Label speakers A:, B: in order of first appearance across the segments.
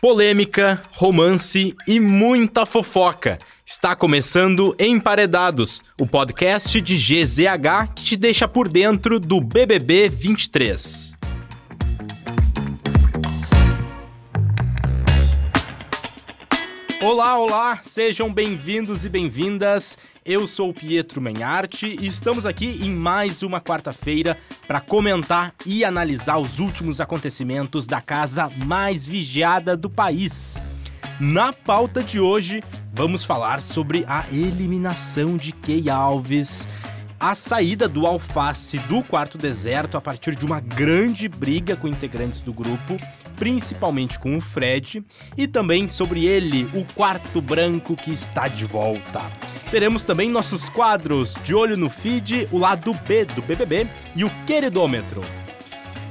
A: Polêmica, romance e muita fofoca. Está começando Emparedados, o podcast de GZH que te deixa por dentro do BBB 23. Olá, olá, sejam bem-vindos e bem-vindas. Eu sou o Pietro Menharte e estamos aqui em mais uma quarta-feira para comentar e analisar os últimos acontecimentos da casa mais vigiada do país. Na pauta de hoje, vamos falar sobre a eliminação de Key Alves, a saída do Alface do Quarto Deserto a partir de uma grande briga com integrantes do grupo, principalmente com o Fred, e também sobre ele, o Quarto Branco que está de volta. Teremos também nossos quadros De Olho no Feed, o lado B do BBB e o Queridômetro.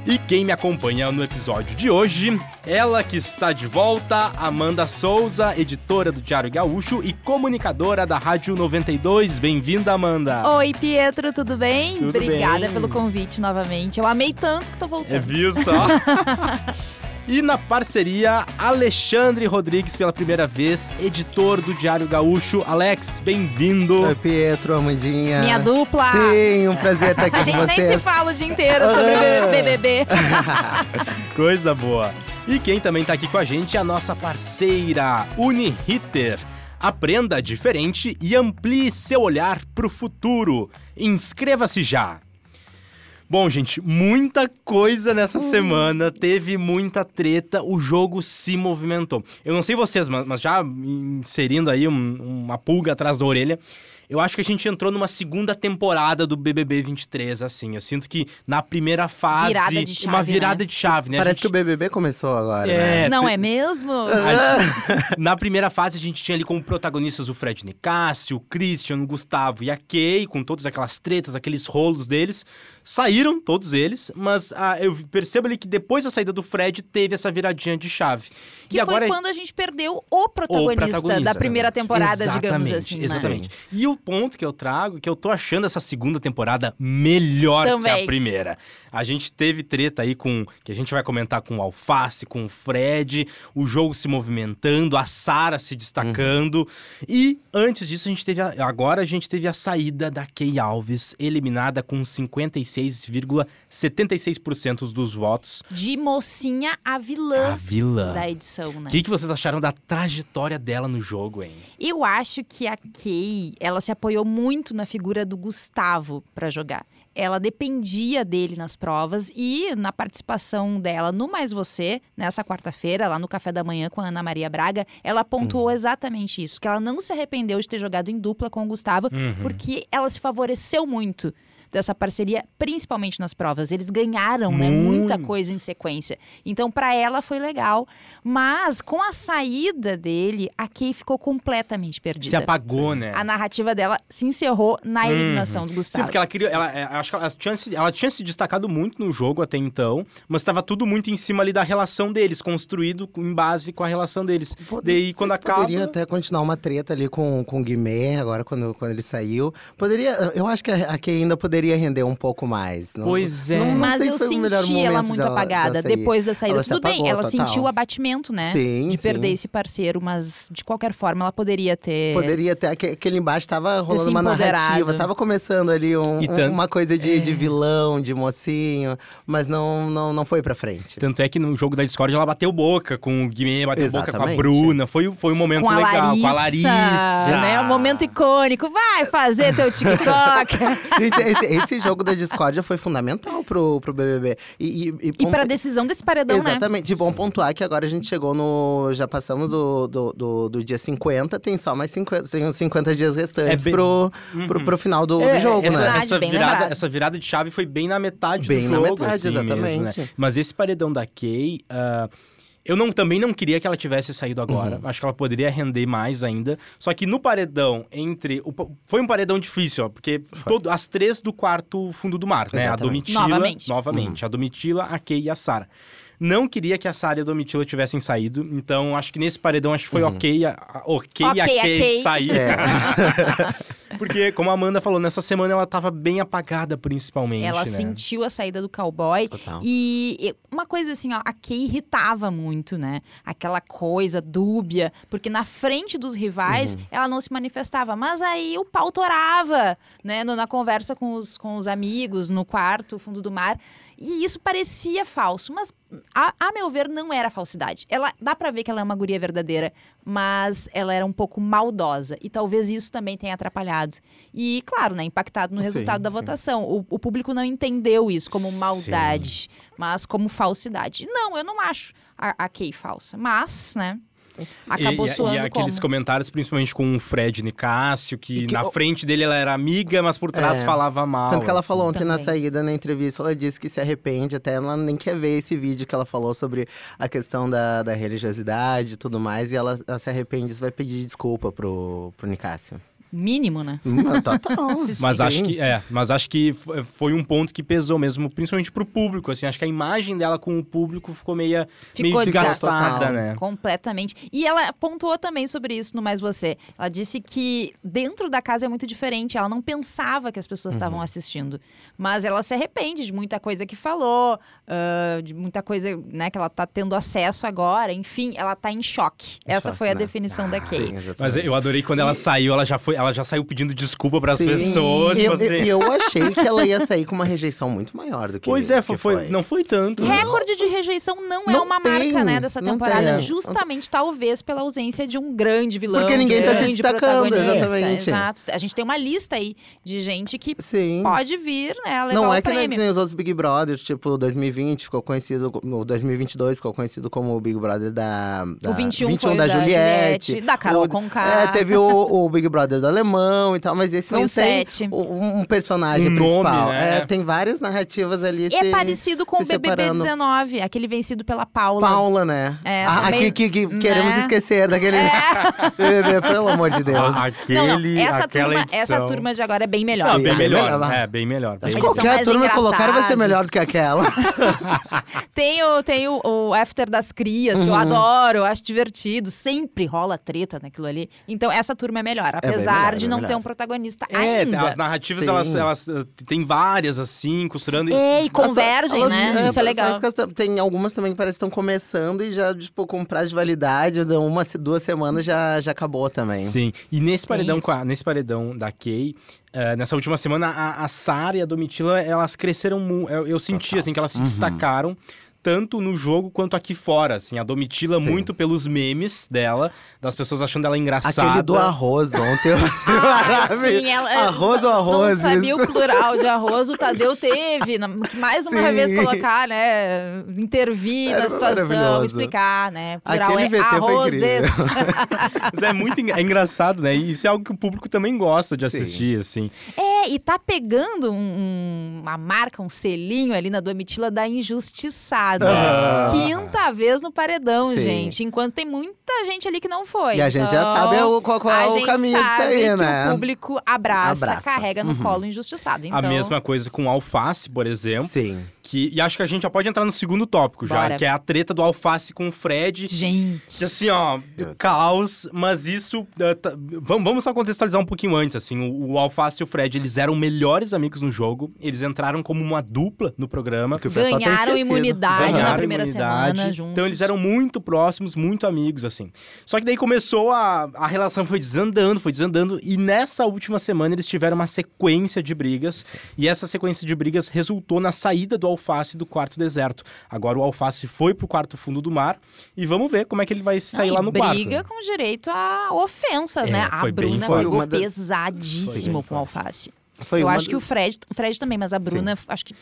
A: E quem me acompanha no episódio de hoje, ela que está de volta, Amanda Souza, editora do Diário Gaúcho e comunicadora da Rádio 92. Bem-vinda, Amanda!
B: Oi, Pietro, tudo bem?
A: Tudo
B: Obrigada
A: bem.
B: pelo convite novamente. Eu amei tanto que tô
A: É,
B: voltando.
A: viu só? e na parceria, Alexandre Rodrigues, pela primeira vez, editor do Diário Gaúcho. Alex, bem-vindo.
C: Oi, Pietro, Amandinha.
B: Minha dupla.
C: Sim, um prazer estar aqui
B: A
C: com
B: gente nem
C: vocês.
B: se fala o dia inteiro sobre
A: É.
C: Ah.
B: o BBB.
A: Coisa boa. E quem também tá aqui com a gente é a nossa parceira, Uniriter. Aprenda diferente e amplie seu olhar pro futuro. Inscreva-se já. Bom, gente, muita coisa nessa
B: Uhum.
A: semana, teve muita treta, o jogo se movimentou. Eu não sei vocês, mas, mas já inserindo aí um- uma pulga atrás da orelha, eu acho que a gente entrou numa segunda temporada do BBB 23, assim. Eu sinto que na primeira fase,
B: Virada de chave,
A: uma
B: né?
A: virada de chave, né? A
C: Parece
A: gente-
C: que o BBB começou agora, né? Ah,
A: É,
B: Não
A: te-
B: é mesmo?
A: a- na primeira fase, a gente tinha ali como protagonistas o Fred Nicásio, o Christian, o Gustavo e a Kay, com todas aquelas tretas, aqueles rolos deles. Saíram todos eles, mas ah, eu percebo ali que depois da saída do Fred, teve essa viradinha de chave.
B: Que
A: e agora é
B: foi quando a gente perdeu o protagonista,
A: protagonista.
B: da primeira temporada,
A: exatamente,
B: digamos assim. né?
A: Exatamente. E o ponto que eu trago é que eu tô achando essa segunda temporada melhor que a
B: Também.
A: primeira. A gente teve treta aí com. que a gente vai comentar com o Alface, com o Fred, o jogo se movimentando, a Sara se destacando. E antes disso, a gente teve. a- agora a gente teve a saída da Key Alves, eliminada com 56,76% dos votos.
B: De mocinha a
A: A
B: vilã
A: vilã.
B: da edição, né?
A: O que, que vocês acharam da trajetória dela no jogo, hein?
B: Eu acho que a Kay, ela se apoiou muito na figura do Gustavo pra jogar. Ela dependia dele nas provas e na participação dela no Mais Você, nessa quarta-feira, lá no café da manhã com a Ana Maria Braga, ela pontuou exatamente isso, que ela não se arrependeu de ter jogado em dupla com o Gustavo,
A: Uhum.
C: Uhum.
B: porque ela se favoreceu muito dessa parceria, principalmente nas provas. Eles ganharam, né, muita
A: Muito.
B: coisa em sequência. Então, pra ela foi legal, mas com a saída dele, a Kay ficou completamente perdida.
A: Se apagou, né?
B: A narrativa dela se encerrou na
A: Uhum.
B: eliminação do
A: Sim,
B: Gustavo.
A: porque ela queria. Ela, é, acho que ela tinha, se, ela tinha se destacado muito no jogo até então, mas estava tudo muito em cima ali da relação deles, construído com- em base com a relação deles.
C: Pode-
A: Daí, quando
C: vocês
A: acaba-
C: Poderia até continuar uma treta ali com, com o Guimê, agora quando, quando ele saiu. Poderia, eu acho que a, a Kay ainda poderia render um pouco mais. Não,
A: Pois é.
C: não- não
B: Mas
C: sei se
B: eu
C: foi o
B: senti
C: melhor
B: ela
C: momento
B: muito
C: dela-
B: apagada
C: dela sair.
B: depois da saída.
C: Ela se
B: Tudo bem,
C: apagou
B: ela
C: total.
B: sentiu o abatimento, né?
C: Sim,
B: de
C: sim.
B: perder esse parceiro, mas de qualquer forma ela poderia ter.
C: Poderia ter, aque- aquele embaixo tava rolando
B: se
C: uma narrativa,
B: empoderado. É.
C: tava começando ali um-
A: E tan-
C: uma coisa de, de vilão, de mocinho, mas não, não, não foi pra frente.
A: Tanto é que no jogo da Discord ela bateu boca com o Guimê, bateu boca com a
C: Exatamente.
A: Bruna. Foi, foi um momento
B: Com a,
A: legal.
B: Larissa,
A: Com a Larissa.
B: né? Um momento icônico. Vai fazer teu TikTok.
C: Gente, esse, esse jogo da discórdia foi fundamental pro, pro BBB. E, e, e
B: e
C: pon-
B: pra decisão desse paredão, né?
C: Exatamente. De bom pontuar que agora a gente chegou no. Já passamos do, do, do, do dia 50, tem só mais 50, tem uns 50 dias restantes
A: É bem-
C: pro, pro, pro final do, do
A: É,
C: jogo,
A: essa,
C: né?
B: Verdade,
A: essa
B: bem
A: virada,
B: lembrado.
A: essa virada de chave foi bem na metade
C: Bem
A: do
C: na
A: jogo. assim,
C: metade, exatamente.
A: mesmo, né? Mas esse paredão da Kay. ah, eu não, também não queria que ela tivesse saído agora.
C: Uhum.
A: Acho que ela poderia render mais ainda. Só que no paredão, entre. o pa- foi um paredão difícil, ó, porque todo, as três do quarto fundo do mar, né? A
C: Exatamente.
A: Domitila.
B: Novamente.
A: novamente, A Domitila, a Kay e a Sara. Não queria que a Sara e a Domitila tivessem saído.
C: Uhum.
A: Então, acho que nesse paredão, acho que foi ok, a, a- ok, a
B: Ok, a
A: Kay
B: Kay.
A: sair.
C: É.
A: Porque, como a Amanda falou, nessa semana ela tava bem apagada, principalmente.
B: Ela
A: né?
B: sentiu a saída do cowboy.
C: Total.
B: E e uma coisa assim, ó, a Kay irritava muito, né? Aquela coisa dúbia, porque na frente dos rivais
C: Uhum.
B: ela não se manifestava, mas aí o pau torava, né? No- na conversa com os, com os amigos, no quarto, fundo do mar. E isso parecia falso, mas a, a meu ver não era falsidade. Ela dá pra ver que ela é uma guria verdadeira, mas ela era um pouco maldosa e talvez isso também tenha atrapalhado. E claro, né, impactado no
C: Sim,
B: resultado da
C: sim.
B: votação. O, o público não entendeu isso como
C: Sim.
B: maldade mas como falsidade. Não, eu não acho a, a Kay falsa, mas, né, acabou
A: e, e-
B: soando
A: e aqueles
B: como.
A: comentários, principalmente com o Fred Nicásio, que,
C: E que
A: na
C: o-
A: frente dele ela era amiga, mas por trás
C: É.
A: falava mal.
C: Tanto que ela
A: assim.
C: falou ontem na
B: Também.
C: saída, na entrevista, ela disse que se arrepende, até ela nem quer ver esse vídeo que ela falou sobre a questão da, da religiosidade e tudo mais. E ela, ela se arrepende e vai pedir desculpa pro, pro Nicásio.
B: Mínimo, né?
C: Hum, Total.
A: Mas
C: sim.
A: acho que é, mas acho que f- foi um ponto que pesou mesmo, principalmente pro público, assim, acho que a imagem dela com o público ficou meio, meio
B: Ficou
A: desgastada,
C: desgastada.
A: né?
B: Completamente. E ela pontuou também sobre isso no Mais Você. Ela disse que dentro da casa é muito diferente. Ela não pensava que as pessoas estavam
A: Uhum.
B: assistindo. Mas ela se arrepende de muita coisa que falou, ah, de muita coisa né, que ela tá tendo acesso agora. Enfim, ela tá em choque.
C: Em
B: Essa
C: choque,
B: foi a
C: né?
B: definição
A: Ah,
B: da Kay.
C: Sim, exatamente.
A: Mas eu adorei quando ela saiu, ela já foi, ela já saiu pedindo desculpa pras
C: Sim.
A: pessoas,
C: eu,
A: tipo assim.
C: eu achei que ela ia sair com uma rejeição muito maior do que
A: Pois é,
C: que
A: foi, não foi tanto. né?
B: Recorde de rejeição não, é
C: Não
B: uma
C: tem,
B: marca, né, dessa
C: não
B: temporada.
C: tem.
B: justamente, talvez, pela ausência de um grande vilão.
C: Porque
B: de
C: ninguém
B: um
C: tá se
B: grande
C: destacando,
B: protagonista.
C: exatamente.
B: Exato. A gente tem uma lista aí de gente que
C: Sim.
B: pode vir, né, levar
C: Não
B: o
C: é que nem, que
B: prêmio.
C: nem os outros Big Brothers, tipo 2020 ficou conhecido, no 2022 ficou conhecido como o Big Brother da, da
B: O 21, foi o da, Juliette, da Carol
C: o-
B: Conká.
C: É, teve o, o Big Brother do alemão e tal, mas esse
B: Foi
C: não
B: o sete.
C: tem um, um personagem
A: Um nome,
C: principal.
A: né?
C: É, tem várias narrativas ali.
B: E é
C: se-
B: parecido com o
C: se separando.
B: BBB19, aquele vencido pela Paula.
C: Paula, né?
B: É,
C: Ah,
B: também-
C: que, que- que queremos
B: né? É.
C: esquecer daquele. Bebê, pelo amor de Deus.
A: A-
B: Não, não,
A: Aquele,
B: essa
A: aquela
B: turma,
A: edição.
B: essa turma de agora é bem melhor.
A: Não, bem
C: Sim.
A: melhor.
C: Melhor. né?
A: É, bem melhor. bem
B: eles
C: Acho que
A: melhor.
B: são
C: qualquer
B: mais
C: turma que colocar vai ser
B: engraçados.
C: melhor do que aquela.
B: Tem o, tem o, o After das Crias, que eu
C: Uhum.
B: adoro, eu acho divertido. Sempre rola treta naquilo ali. Então, essa turma é melhor,
C: bem
B: apesar
C: melhor,
B: de
C: bem
B: não ter
C: melhor.
B: um protagonista
A: É,
B: ainda.
A: as narrativas,
C: Sim.
A: elas, elas eh, tem várias, assim, costurando. e-
B: É, e convergem,
C: Elas-
B: né? Isso é legal.
C: parece que elas tam- tem algumas também que parece que estão começando e já, tipo, com prazo de validade, dá uma, se- duas semanas já, já acabou também.
A: Sim. E nesse
B: Tem
A: paredão,
B: isso.
A: com a- nesse paredão da Kay, eh, nessa última semana, a, a Sara e a Domitila, elas cresceram muito. Eu, eu senti, assim, que elas se
C: Uhum.
A: destacaram. Tanto no jogo quanto aqui fora, assim. A Domitila,
C: Sim.
A: muito pelos memes dela, das pessoas achando ela engraçada.
C: Aquele do arroz ontem. eu achei
B: Ah,
C: maravilhoso.
B: sim, ela
C: arroz ou
B: não
C: arroz?
B: sabia o plural de arroz, o Tadeu teve. na- que Mais uma
C: Sim.
B: vez colocar, né? Intervir na
C: Era
B: situação,
C: maravilhoso.
B: explicar, né? Plural
C: Aquele
B: é
C: VT foi
B: arrozes.
A: Mas é muito engra- é engraçado, né? E isso é algo que o público também gosta de assistir, assim.
B: É, e tá pegando um- um- uma marca, um selinho ali na domitila da injustiçada.
A: Ah.
B: Quinta vez no paredão,
C: Sim.
B: gente. Enquanto tem muita gente ali que não foi.
C: E a gente já
B: Então,
C: sabe o- qual, qual
B: a
C: é o
B: gente
C: caminho disso
B: sabe
C: aí,
B: que
C: né?
B: O público abraça,
C: Abraça.
B: carrega no
C: Uhum.
B: colo o injustiçado. Então,
A: A mesma coisa com alface, por exemplo.
C: Sim.
A: Que, e acho que a gente já pode entrar no segundo tópico já,
B: Bora.
A: que é a treta do alface com o Fred.
B: gente.
A: E Assim, ó, caos, mas isso. eh, tá- vamos, vamos só contextualizar um pouquinho antes, assim. O, o Alface e o Fred, eles eram melhores amigos no jogo, eles entraram como uma dupla no programa.
C: Porque o pessoal tem
B: Ganharam
C: esquecido.
B: imunidade na
A: ganharam
B: primeira
A: imunidade.
B: semana juntos.
A: Então eles eram muito próximos, muito amigos, assim. Só que daí começou a. A relação foi desandando, foi desandando. E nessa última semana eles tiveram uma sequência de brigas. E essa sequência de brigas resultou na saída do Alface do quarto deserto. Agora o Alface foi pro quarto fundo do mar. E vamos ver como é que ele vai sair
B: Não, e
A: lá no quarto.
B: briga com direito a ofensas,
A: É,
B: né? A
A: foi bem
B: Bruna
A: forte.
B: pegou
C: Uma das-
A: Foi
B: pesadíssimo
A: bem
B: com o alface.
C: Foi
B: né? eu
C: uma
B: acho que o Fred, o Fred também, mas a Bruna, acho que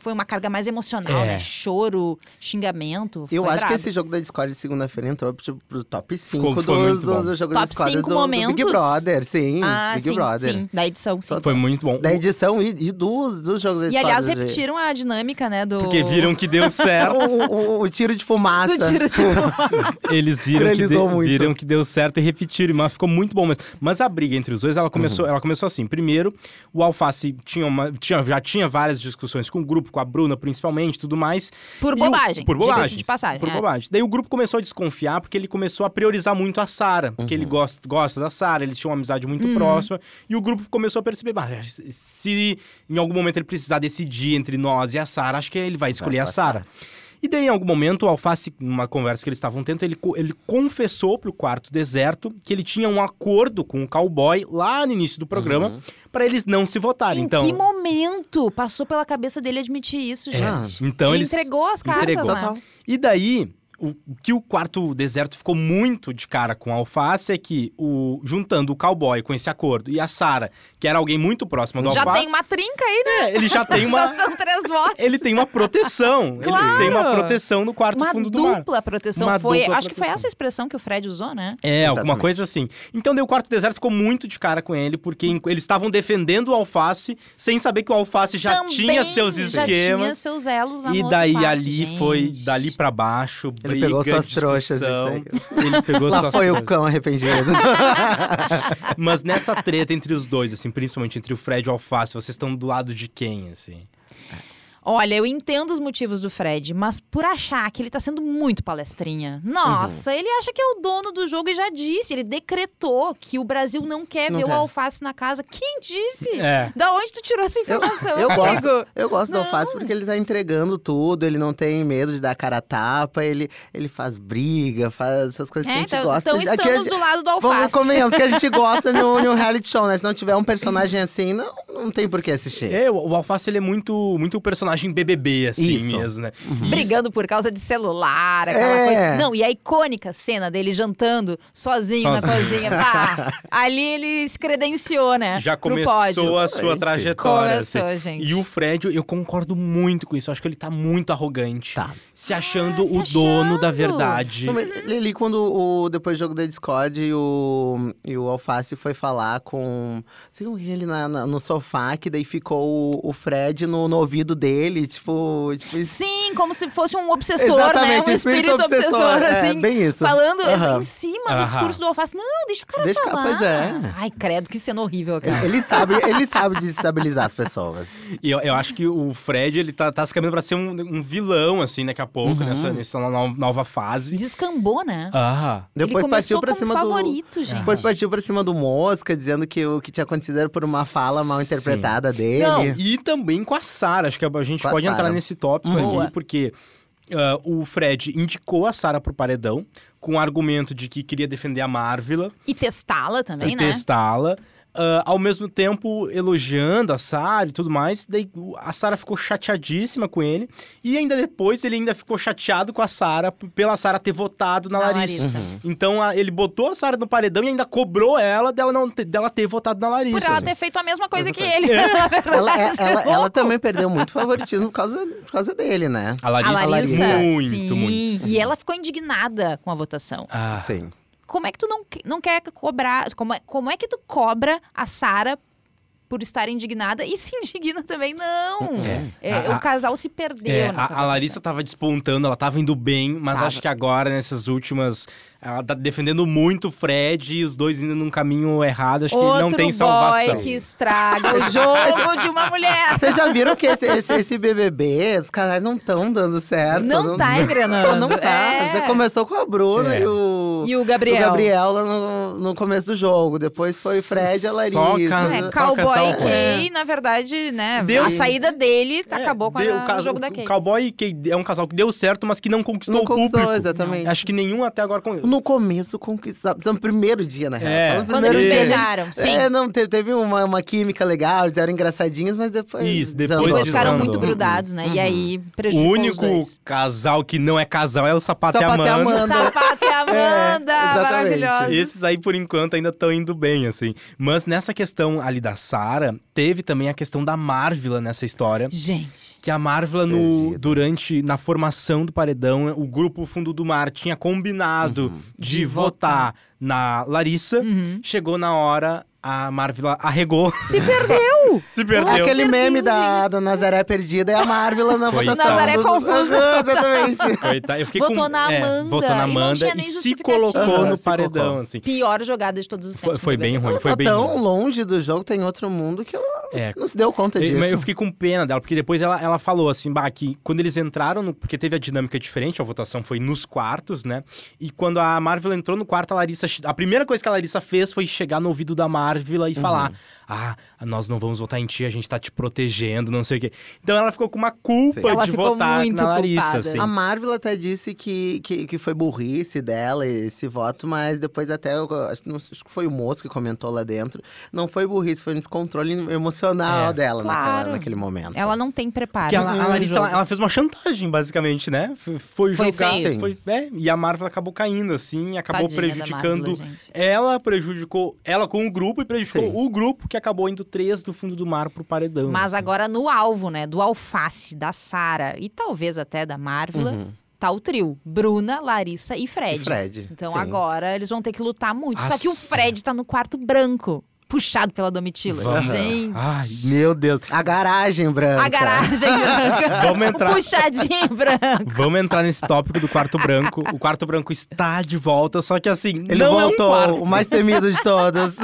B: foi uma carga mais emocional,
A: É.
B: né? Choro, xingamento.
C: Eu
B: foi
C: acho que
B: brabo.
C: esse jogo da Discord de segunda-feira entrou tipo, pro top 5
A: Ficou-
C: dos,
A: foi muito bom.
C: dos, jogos da
B: Top
C: Discord
B: cinco
C: do, do Big
B: momentos?
C: Brother. Sim,
B: ah,
C: Big
B: sim,
C: Brother.
B: sim, da edição, sim.
A: Foi muito bom.
C: Da edição e, e dos, dos jogos da
B: E
C: Discord.
B: aliás,
C: gente.
B: repetiram a dinâmica, né? Do...
A: Porque viram que deu certo.
C: É O, o- o tiro de fumaça.
B: do
A: Uhum.
B: tiro de
A: Eles viram que,
C: Viralizou
A: deu,
C: muito.
A: viram que deu certo e repetiram, mas ficou muito bom mesmo. Mas a briga entre os
C: Uhum.
A: dois, ela começou, ela começou assim. Primeiro, o Alface tinha uma, tinha, já tinha várias discussões com o grupo, grupo, com a Bruna principalmente, tudo mais.
B: Por
A: E o-
B: bobagem.
A: por
B: diga-se
A: bobagem.
B: De passagem.
A: Por
B: é.
A: bobagem. Daí o grupo começou a desconfiar porque ele começou a priorizar muito a Sara, porque
C: Uhum.
A: ele gosta, gosta da Sara, eles tinham uma amizade muito
B: Uhum.
A: próxima. E o grupo começou a perceber: "Bah, se em algum momento ele precisar decidir entre nós e a Sara, acho que ele vai escolher
C: com
A: a
C: a
A: Sara. E daí, em algum momento, o Alface, numa conversa que eles estavam tendo, ele, co- ele confessou pro Quarto Deserto que ele tinha um acordo com o cowboy lá no início do programa
C: Uhum.
A: pra eles não se votarem.
B: Em
A: então,
B: que momento passou pela cabeça dele admitir isso, gente?
A: então
B: ele
A: eles...
B: entregou as cartas,
A: entregou. tá-
B: né?
C: Total.
A: E daí, o, o que o quarto deserto ficou muito de cara com a alface é que, o, juntando o cowboy com esse acordo e a Sara, que era alguém muito próximo do
B: Já
A: alface,
B: tem uma trinca aí, né?
A: é, ele já tem uma.
B: já são três votos.
A: ele tem uma proteção. Ele
B: Claro!
A: tem uma proteção no quarto
B: uma
A: fundo do mar.
B: dupla proteção.
A: Uma
B: foi,
A: dupla
B: acho que foi
A: proteção.
B: essa expressão que o Fred usou, né?
A: É, alguma
C: Exatamente.
A: coisa assim. Então, daí o quarto deserto ficou muito de cara com ele, porque em- eles estavam defendendo o alface, sem saber que o alface já
B: Também
A: tinha seus
B: Já tinha
A: esquemas.
B: seus elos na
A: e
B: mão do
A: daí
B: pai,
A: ali
B: gente.
A: foi, dali pra baixo,
C: Ele
A: briga,
C: pegou suas
A: discussão.
C: trouxas. Isso aí.
A: Ele pegou
C: Lá
A: suas
C: foi o
A: trouxas.
C: cão arrependido.
A: Mas nessa treta entre os dois, assim, principalmente entre o Fred e o Alface, vocês estão do lado de quem, assim?
B: Olha, eu entendo os motivos do Fred, mas por achar que ele tá sendo muito palestrinha. Nossa,
A: Uhum.
B: ele acha que é o dono do jogo e já disse, ele decretou que o Brasil não quer
C: Não
B: ver
C: quer.
B: o alface na casa. Quem disse?
A: É.
B: Da onde tu tirou essa informação?
C: eu gosto.
B: amigo?
C: Eu gosto
B: Não.
C: do Alface porque ele tá entregando tudo, ele não tem medo de dar cara a tapa, ele, ele faz briga, faz essas coisas
B: É,
C: que a gente
B: então,
C: gosta.
B: então
C: Aqui a
B: estamos
C: gente-
B: do lado do alface.
C: Vamos convenhamos que a gente gosta de um, de um reality show, né? Se não tiver um personagem assim, não, não tem por que assistir.
A: É, o o Alface, ele é muito, muito personagem BBB, assim
C: Isso. Uhum.
A: mesmo, né?
B: Brigando por causa de celular, aquela
C: É.
B: coisa. Não, e a icônica cena dele jantando sozinho, na
A: Sozinho.
B: cozinha. Pá, ali ele se credenciou, né?
A: Já
B: pro
A: começou
B: pódio.
A: a sua
C: Gente.
A: trajetória, assim.
B: Começou, gente.
A: E o Fred, eu concordo muito com isso. Eu acho que ele tá muito arrogante.
C: Tá.
A: Se achando
B: Ah, se
A: o dono da
B: achando. é
A: verdade.
C: Não, mas Lili, quando o, depois do jogo da Discord, o, e o Alface foi falar com. Sei com ele na, na- no sofá, que daí ficou o, o Fred no, no ouvido dele, tipo. tipo isso-
B: Sim, como se fosse um obsessor,
C: Exatamente,
B: né? Um espírito, obsessor,
C: é,
B: assim.
C: bem isso.
B: Falando assim,
C: Aham.
B: em cima do
A: Aham.
B: discurso do alface. Não, deixa o cara
C: Deixa o cara-
B: falar.
C: pois é.
B: Ai, credo, que cena horrível, cara.
C: Ele, ele sabe, ele sabe desestabilizar as pessoas.
A: E eu, eu acho que o Fred, ele tá, tá se caminhando pra ser um, um vilão, assim, daqui a pouco,
C: Uhum.
A: nessa, nessa no- nova fase.
B: Descambou, né?
A: Ah.
C: Depois
B: ele
C: partiu
B: começou
C: pra
B: como
C: cima do. É.
B: favorito, gente.
C: Depois partiu pra cima do Mosca, dizendo que o que tinha acontecido era por uma fala mal
A: Sim.
C: interpretada dele.
A: Não, e também com a Sara. Acho que a gente
C: Com a
A: pode entrar
C: Sarah.
A: nesse tópico
B: Boa.
A: aqui, porque ah, o Fred indicou a Sara pro paredão com o argumento de que queria defender a Marvel
B: E testá-la também,
A: e
B: né?
A: testá-la. ah, ao mesmo tempo elogiando a Sara e tudo mais, daí o- a Sara ficou chateadíssima com ele e ainda depois ele ainda ficou chateado com a Sara p- pela Sara ter votado na
B: Na
A: Larissa.
B: Larissa.
C: Uhum.
A: Então a- ele botou a Sara no paredão e ainda cobrou ela dela não ter- dela ter votado na Larissa.
B: Por ela
A: assim.
B: ter feito a mesma coisa
C: Mesma
B: que ele.
A: É.
B: na verdade.
C: Ela, ela-
B: tá
C: ela- ela também perdeu muito favoritismo por causa, por causa dele, né?
A: A Larissa,
B: A Larissa,
A: muito,
B: sim.
A: muito.
B: E ela ficou indignada com a votação.
A: Ah,
C: Sim.
B: Como é que tu não, que- não quer cobrar? Como é, como é que tu cobra a Sara por estar indignada e se indigna também? Não!
A: É.
B: É,
A: A- a-
B: o casal se perdeu
A: É,
B: nessa
A: a, a Larissa tava despontando, ela tava indo bem, mas
B: Tava.
A: acho que agora, nessas últimas, ela tá defendendo muito o Fred e os dois indo num caminho errado, acho
B: Outro
A: que não tem
B: boy
A: salvação.
B: que estraga o jogo de uma mulher.
C: Vocês já viram que esse, esse, esse BBB, os caras não estão dando certo.
B: não, tá engrenando.
C: Não tá.
B: É.
C: Já começou com a Bruna
A: É.
C: e o.
B: E o
C: o
B: Gabriel.
C: Gabriel lá no, no começo do jogo. Depois foi o Fred e a Larissa.
A: Só casa-
B: É,
A: Só casal
B: cowboy
A: com-
B: Kay, na verdade, né?
A: Deu-
B: A saída dele
A: É,
B: acabou com a,
A: deu-
B: o
A: caso-
B: jogo da
A: o
B: Kay.
A: Cowboy que é um casal que deu certo, mas que não conquistou
C: Não
A: o
C: conquistou,
A: público.
C: exatamente.
A: Acho que nenhum até agora
B: Um
A: con-
C: No começo conquistou. No primeiro dia, na real.
A: É.
C: Só no
B: Quando
C: primeiro
B: eles
C: dia,
B: beijaram, sim.
C: É, não, te- teve uma, uma química legal, eles eram engraçadinhos, mas depois.
A: Isso, depois
C: desandou.
B: Depois ficaram
A: Desandou.
B: muito grudados, né? E
C: Uhum.
B: aí
A: O
B: prejudicou os
A: único
B: dois.
A: casal que não é casal é o Sapato,
C: Sapato
A: e
C: e
A: a Amanda.
C: Amanda.
B: Sapato e Amanda,
C: É, exatamente.
B: maravilhosos.
A: Esses aí, por enquanto, ainda estão indo bem, assim. Mas nessa questão ali da Sarah, teve também a questão da Marvel nessa história.
B: Gente.
A: que a Marvel no
C: Perdida.
A: durante na formação do paredão, o grupo Fundo do Mar tinha combinado
C: Uhum.
A: de,
B: De
A: votar na Larissa.
B: Uhum.
A: Chegou na hora, a Marvel arregou.
B: Se perdeu! Brasil!
A: Se perdeu.
C: Aquele meme da, da Nazaré perdida é a Marvel na votação.
A: Coitada. Nazaré
C: dos-
B: confusa,
C: Ah, Exatamente.
A: Coitada, eu fiquei
B: Votou
A: com- é,
B: na Amanda
A: votou na
B: e não
A: Amanda
B: tinha
A: e
B: nem
A: se
B: justificativa.
A: colocou
C: Aham,
A: no
C: se
A: paredão,
C: colocou.
A: assim.
B: Pior jogada de todos os
A: Foi,
B: tempos.
A: foi bem ruim, foi
C: tá
A: bem
C: tão
A: ruim.
C: longe do jogo, tem outro mundo que eu
A: É,
C: não se deu conta
A: E-
C: disso.
A: Mas eu fiquei com pena dela, porque depois ela, ela falou assim, bah, que quando eles entraram, no- porque teve a dinâmica diferente, a votação foi nos quartos, né? E quando a Marvel entrou no quarto, a Larissa. che- A primeira coisa que a Larissa fez foi chegar no ouvido da Marvel e falar:
C: Uhum.
B: Uhum.
A: Ah, nós não vamos votar em ti, a gente tá te protegendo, não sei o quê. Então ela ficou com uma culpa
C: Sim.
A: de
B: Ela ficou
A: votar
B: muito
A: na Larissa,
B: culpada.
A: assim.
C: A Marvel até disse que, que, que foi burrice dela esse voto, mas depois até, eu, acho, que não sei, acho que foi o Moço que comentou lá dentro. Não foi burrice, foi um descontrole emocional
A: É.
C: dela naquela-
B: Claro.
C: naquele momento.
B: Ela não tem preparo.
A: Porque ela- a
B: no
A: Larissa,
B: jogo.
A: ela, ela fez uma chantagem, basicamente, né? F- Foi
B: Foi
A: jogar,
C: feio.
A: foi, é, e a Marvel acabou caindo, assim, e acabou
B: Tadinha da
A: prejudicando
B: Marvel, gente.
A: ela prejudicou ela com o grupo e prejudicou
C: Sim.
A: o grupo que acabou indo três do fundo do mar pro paredão.
B: Mas
A: assim.
B: agora no alvo, né? Do alface, da Sara e talvez até da Marvel,
C: Uhum.
B: tá o trio. Bruna, Larissa e
C: E
B: Fred.
C: Fred.
B: Então
C: sim. Ah,
B: agora eles vão ter que lutar muito. Só que o
A: Nossa.
B: Fred tá no quarto branco, puxado pela Domitila.
A: Vamos.
B: Gente.
A: Ai, meu Deus.
C: A garagem, branca.
B: A garagem branca.
A: Vamos entrar.
B: O puxadinho branco.
A: Vamos entrar nesse tópico do quarto branco. O quarto branco está de volta, só que assim,
C: Ele
A: não
C: voltou,
A: é um quarto.
C: o mais temido de todos.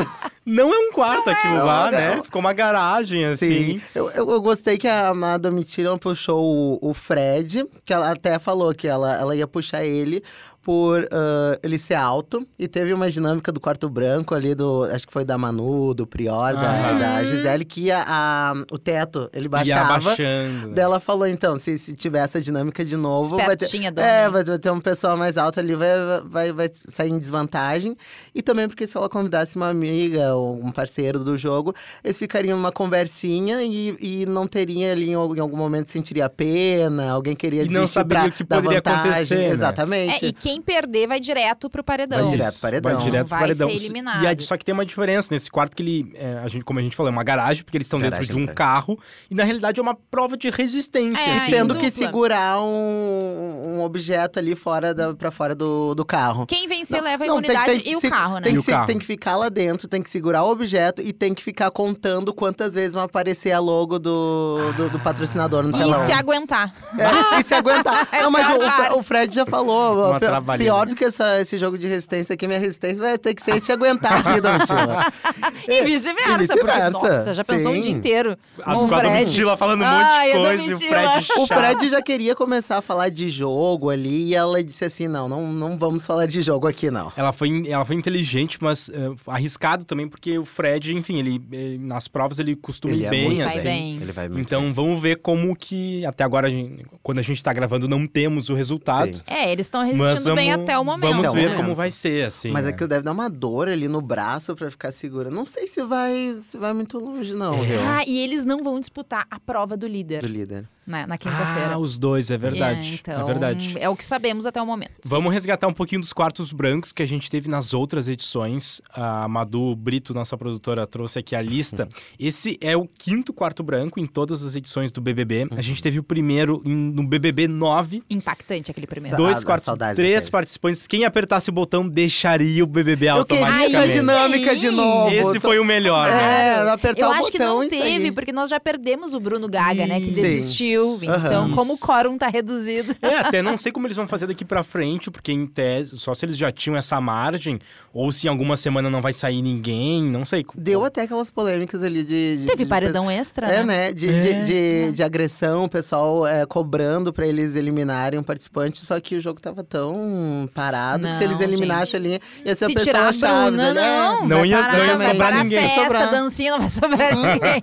A: Não é um quarto aquilo
C: não,
A: lá,
C: não.
A: né? Ficou uma garagem, assim.
C: Sim. Eu, eu, eu gostei que a Ana Domitila puxou o, o Fred, que ela até falou que ela, ela ia puxar ele por ah, ele ser alto. E teve uma dinâmica do quarto branco ali, do acho que foi da Manu, do Prior, da,
A: Aham.
C: da Gisele, que a, a- o teto ele
A: Ia
C: baixava.
A: abaixando. né?
C: Dela falou, então, se, se tiver essa dinâmica de novo, vai ter,
B: Espertinha, dona.
C: é, vai, vai ter um pessoal mais alto ali, vai, vai, vai sair em desvantagem. E também porque se ela convidasse uma amiga ou um parceiro do jogo, eles ficariam numa conversinha e, e não teria ali, em al- em algum momento, sentiria pena, alguém queria
A: E não
C: desistir
A: saberia
C: pra
A: o que
C: dar
A: poderia
C: vantagem.
A: acontecer, né?
C: Exatamente.
B: É, e quem perder vai direto pro paredão.
C: Vai direto pro paredão.
A: Vai direto pro
B: Vai
A: paredão.
B: ser eliminado.
A: E aí, só que tem uma diferença nesse quarto que ele, é, a gente, como a gente falou, é uma garagem, porque eles estão dentro
C: Garagem
A: de um
C: branca.
A: carro. E na realidade é uma prova de resistência.
B: É,
A: assim.
B: aí
C: Tendo
B: em
C: que
B: dupla.
C: segurar um, um objeto ali fora da, pra fora do, do carro.
B: Quem vencer
C: Não,
B: leva a
C: não, tem-
B: imunidade
C: tem que
B: e o
C: se-
B: carro, né?
A: E
C: Tem
A: o
C: que, se-
A: carro?
C: tem que ficar lá dentro, tem que segurar o objeto e tem que ficar contando quantas vezes vai aparecer a logo do, do, do patrocinador no telão.
B: Ah, E se aguentar.
C: É, e se aguentar.
B: É
C: Não, mas
B: pior
C: o- o, Fre-
B: parte.
C: o Fred já falou.
A: Uma
C: pi-
A: trabalheira.
C: pior do que essa- esse jogo de resistência aqui, minha resistência vai ter que ser te aguentar aqui, né, Domitila.
B: E vice-versa.
C: E vice-versa,
B: Porque, nossa, já pensou
C: sim.
B: o dia inteiro.
A: A,
B: com o
A: com a
B: Fred.
A: Domitila falando um
B: Ai,
A: monte
B: a
A: de coisa e o
B: Domitila.
A: Fred
C: O
A: chato.
C: Fred já queria começar a falar de jogo ali e ela disse assim: não, não, não vamos falar de jogo aqui, não.
A: Ela foi, ela foi inteligente, mas eh, arriscado também, porque o Fred, enfim, ele eh, nas provas ele costuma ir bem,
B: muito
A: assim.
B: bem.
C: Ele vai muito
A: Então vamos ver como que. Até agora, a gente- quando a gente tá gravando, não temos o resultado.
C: Sim.
B: É, eles estão
A: Mas
B: resistindo
A: vamos,
B: bem até o momento. né?
A: Vamos
C: Até o
A: ver
C: momento.
A: como vai ser, assim.
C: Mas
A: né?
C: aquilo deve dar uma dor ali no braço pra ficar segura. Não sei se vai, se vai muito longe, não,
A: É.
C: viu?
B: Ah, e eles não vão disputar a prova do
C: Do
B: líder
C: líder.
B: né, na, na quinta-feira.
A: Ah, os dois, é verdade.
B: É,
A: É
B: então,
A: verdade.
B: é o que sabemos até o momento.
A: Vamos resgatar um pouquinho dos quartos brancos que a gente teve nas outras edições. A Madu Brito, nossa produtora, trouxe aqui a lista. Esse é o quinto quarto branco em todas as edições do BBB. A gente teve o primeiro em- no BBB 9.
B: Impactante aquele primeiro.
C: Sa-
A: Dois
C: a
A: quartos,
C: saudade
A: três
C: dele.
A: participantes. Quem apertasse o botão deixaria o BBB
C: Eu queria
A: É automaticamente.
C: essa
B: Ai,
C: dinâmica de
B: sim.
C: novo.
A: Esse foi o melhor. né?
C: É, ela apertar
B: Eu
C: o
B: acho que
C: botão
B: não
C: e
B: teve,
C: sair.
B: porque nós já perdemos o Bruno Gaga, né? Que
A: Sim.
B: desistiu. Então,
A: Aham.
B: como o quórum tá reduzido.
A: É, até não sei como eles vão fazer daqui pra frente, porque em tese, só se eles já tinham essa margem, ou se em alguma semana não vai sair ninguém, não sei.
C: Deu até aquelas polêmicas ali de. de-
B: Teve
C: de-
B: paredão extra,
C: É,
B: né?
C: né? De, de, de- de agressão, o pessoal é, cobrando pra eles eliminarem um participante, só que o jogo tava tão parado que
B: Não,
C: se eles eliminassem ali, ia
B: Se
C: ser a pessoa
B: tirar a
C: Chaves,
B: Bruna,
C: ali, é.
B: não.
A: Não
B: vai
A: ia-
B: parar,
A: não ia
B: vai
A: sobrar
B: parar
A: ninguém.
B: Festa,
C: Sobrar.
B: dancinha, não vai sobrar ninguém.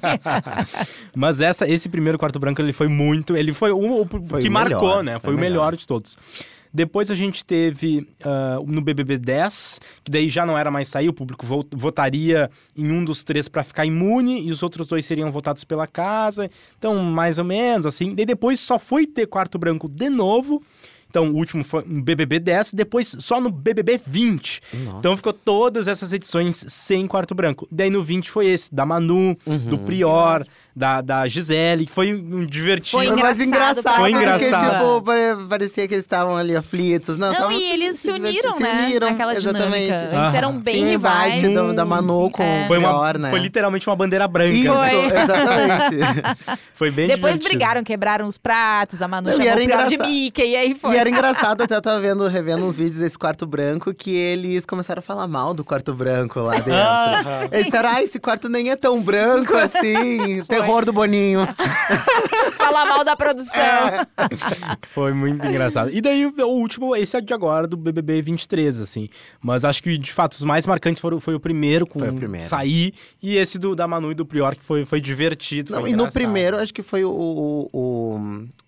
A: Mas essa, esse primeiro quarto branco, ele foi muito. Ele foi um, o, o que
C: o
A: marcou,
C: melhor,
A: né?
C: foi
A: Foi o
C: o
A: melhor.
C: melhor
A: de todos. Depois a gente teve ah, no BBB 10, que daí já não era mais sair, o público vo- votaria em um dos três pra ficar imune e os outros dois seriam votados pela casa. Então, mais ou menos assim. Daí depois só foi ter quarto branco de novo. Então, o último foi no BBB 10, depois só no BBB 20.
C: Nossa.
A: Então ficou todas essas edições sem quarto branco. Daí no 20 foi esse, da Manu,
C: Uhum.
A: do Prior, da, da Gisele, que foi um divertido.
B: Foi
C: Foi mais
B: engraçado
C: engraçado,
A: pra
C: porque,
A: caramba.
C: tipo, pare- parecia que eles estavam ali aflitos. Não,
B: Não,
C: tavam
B: e eles se
C: divertindo,
B: uniram, né?
C: uniram,
B: Naquela
C: exatamente.
B: dinâmica. Eles
A: Ah.
B: eram bem
C: Tinha o
B: rivais.
C: invite então, do- da Manu com
B: É.
C: o
A: Foi, uma-
C: Prior, né?
A: foi literalmente uma bandeira branca.
C: Isso,
A: né?
B: Foi.
C: exatamente.
A: Foi bem
B: Depois
A: divertido.
B: brigaram, quebraram os pratos, a Manu
C: Não, e
B: chamou
C: era
B: o pior de
C: engraçado.
B: Mickey, e aí foi.
C: E era engraçado, até eu tava vendo, revendo uns vídeos desse quarto branco, que eles começaram a falar mal do quarto branco lá dentro.
A: Ah,
C: Eles disseram, ah, esse quarto nem é tão branco assim. Terror do Boninho.
B: Falar mal da produção.
C: É.
A: foi muito engraçado. E daí o último, esse é de agora, do BBB 23, assim. Mas acho que, de fato, os mais marcantes foram, foi o primeiro com
C: Foi o primeiro.
A: sair. E esse do, da Manu e do Prior, que foi, foi divertido.
C: Não,
A: foi
C: e no
A: engraçado.
C: primeiro, acho que foi o. o- o-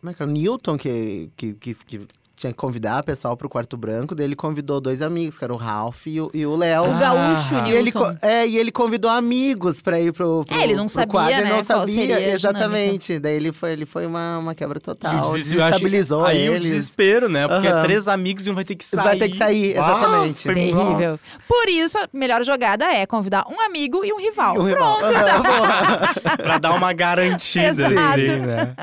C: como é que é? O Newton que, que, que, que tinha que convidar o pessoal pro quarto branco. Daí ele convidou dois amigos, que era o Ralph e o, e o Léo.
B: O gaúcho,
A: Ah.
C: E ele, co-
B: Newton.
C: é, e ele convidou amigos pra ir pro, pro
B: É, ele não
C: pro
B: sabia,
C: quadro,
B: né,
C: ele
B: qual
C: não
B: seria a
C: sabia,
B: dinâmica.
C: exatamente. Daí ele foi, ele foi uma, uma quebra
A: E o
C: total,
A: deses- eu acho-
C: tá, desestabilizou
A: Aí o
C: eles.
A: desespero, né? Porque é
C: Aham.
A: três amigos e um vai ter que sair.
C: Vai ter que sair,
A: Ah,
C: exatamente.
A: foi-
B: Terrível.
A: Nossa.
B: Por isso, a melhor jogada é convidar um amigo e um rival.
C: E o rival.
B: Pronto. tá.
A: pra dar uma garantida,
B: Exato.
A: assim, né?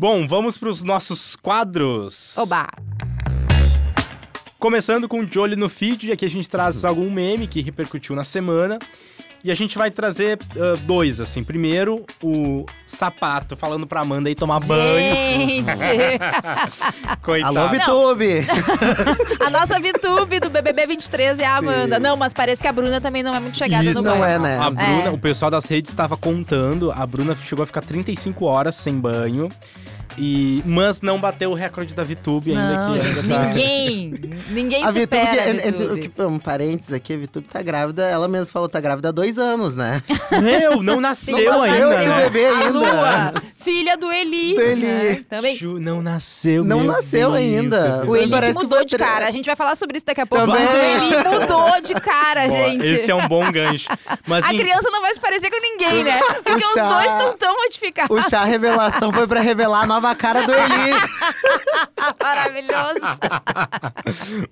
A: Bom, vamos pros nossos quadros.
B: Oba.
A: Começando com o de olho no feed, aqui a gente traz algum meme que repercutiu na semana. E a gente vai trazer ah, dois, assim. Primeiro, o sapato falando pra Amanda ir tomar banho.
B: Gente,
A: Coitado.
C: Alô, VTube!
B: a nossa VTube do BBB 23 é a Amanda. Não, mas parece que a Bruna também não é muito chegada
A: Isso
B: no
C: não
B: banho.
C: é, né?
A: A Bruna,
B: É.
A: o pessoal das redes estava contando, a Bruna chegou a ficar 35 horas sem banho. E, mas não bateu o recorde da VTube ainda
B: Não,
A: que
B: gente,
A: ainda tá-
B: ninguém. Ninguém
C: A Vitube, que,
B: supera a
C: é- é-
B: VTube.
C: que- um parênteses aqui, a Vitube tá grávida, ela mesma falou, tá grávida há dois anos, né?
A: Meu, não nasceu
C: não nasceu
A: ainda.
C: esse
A: né?
C: bebê
B: A
C: é ainda.
B: Lua, filha do Eli.
C: Do Eli.
B: né? Também.
A: Ju, não nasceu.
C: Não
A: meu
C: nasceu
A: Deus,
C: ainda.
A: meu
B: O Eli
A: Deus.
C: Parece
B: que
C: que
B: mudou
C: foi
B: de
C: tre-
B: cara. A gente vai falar sobre isso daqui a pouco.
C: Também.
B: Mas o Eli mudou de cara,
A: Boa,
B: gente.
A: Esse é um bom gancho. Mas
B: A
C: Assim,
A: em-
B: criança não vai se parecer com ninguém, né? Porque os
C: chá-
B: dois estão tão modificados.
C: O chá revelação foi pra revelar a nova cara do Eli.
B: Ah, Maravilhoso.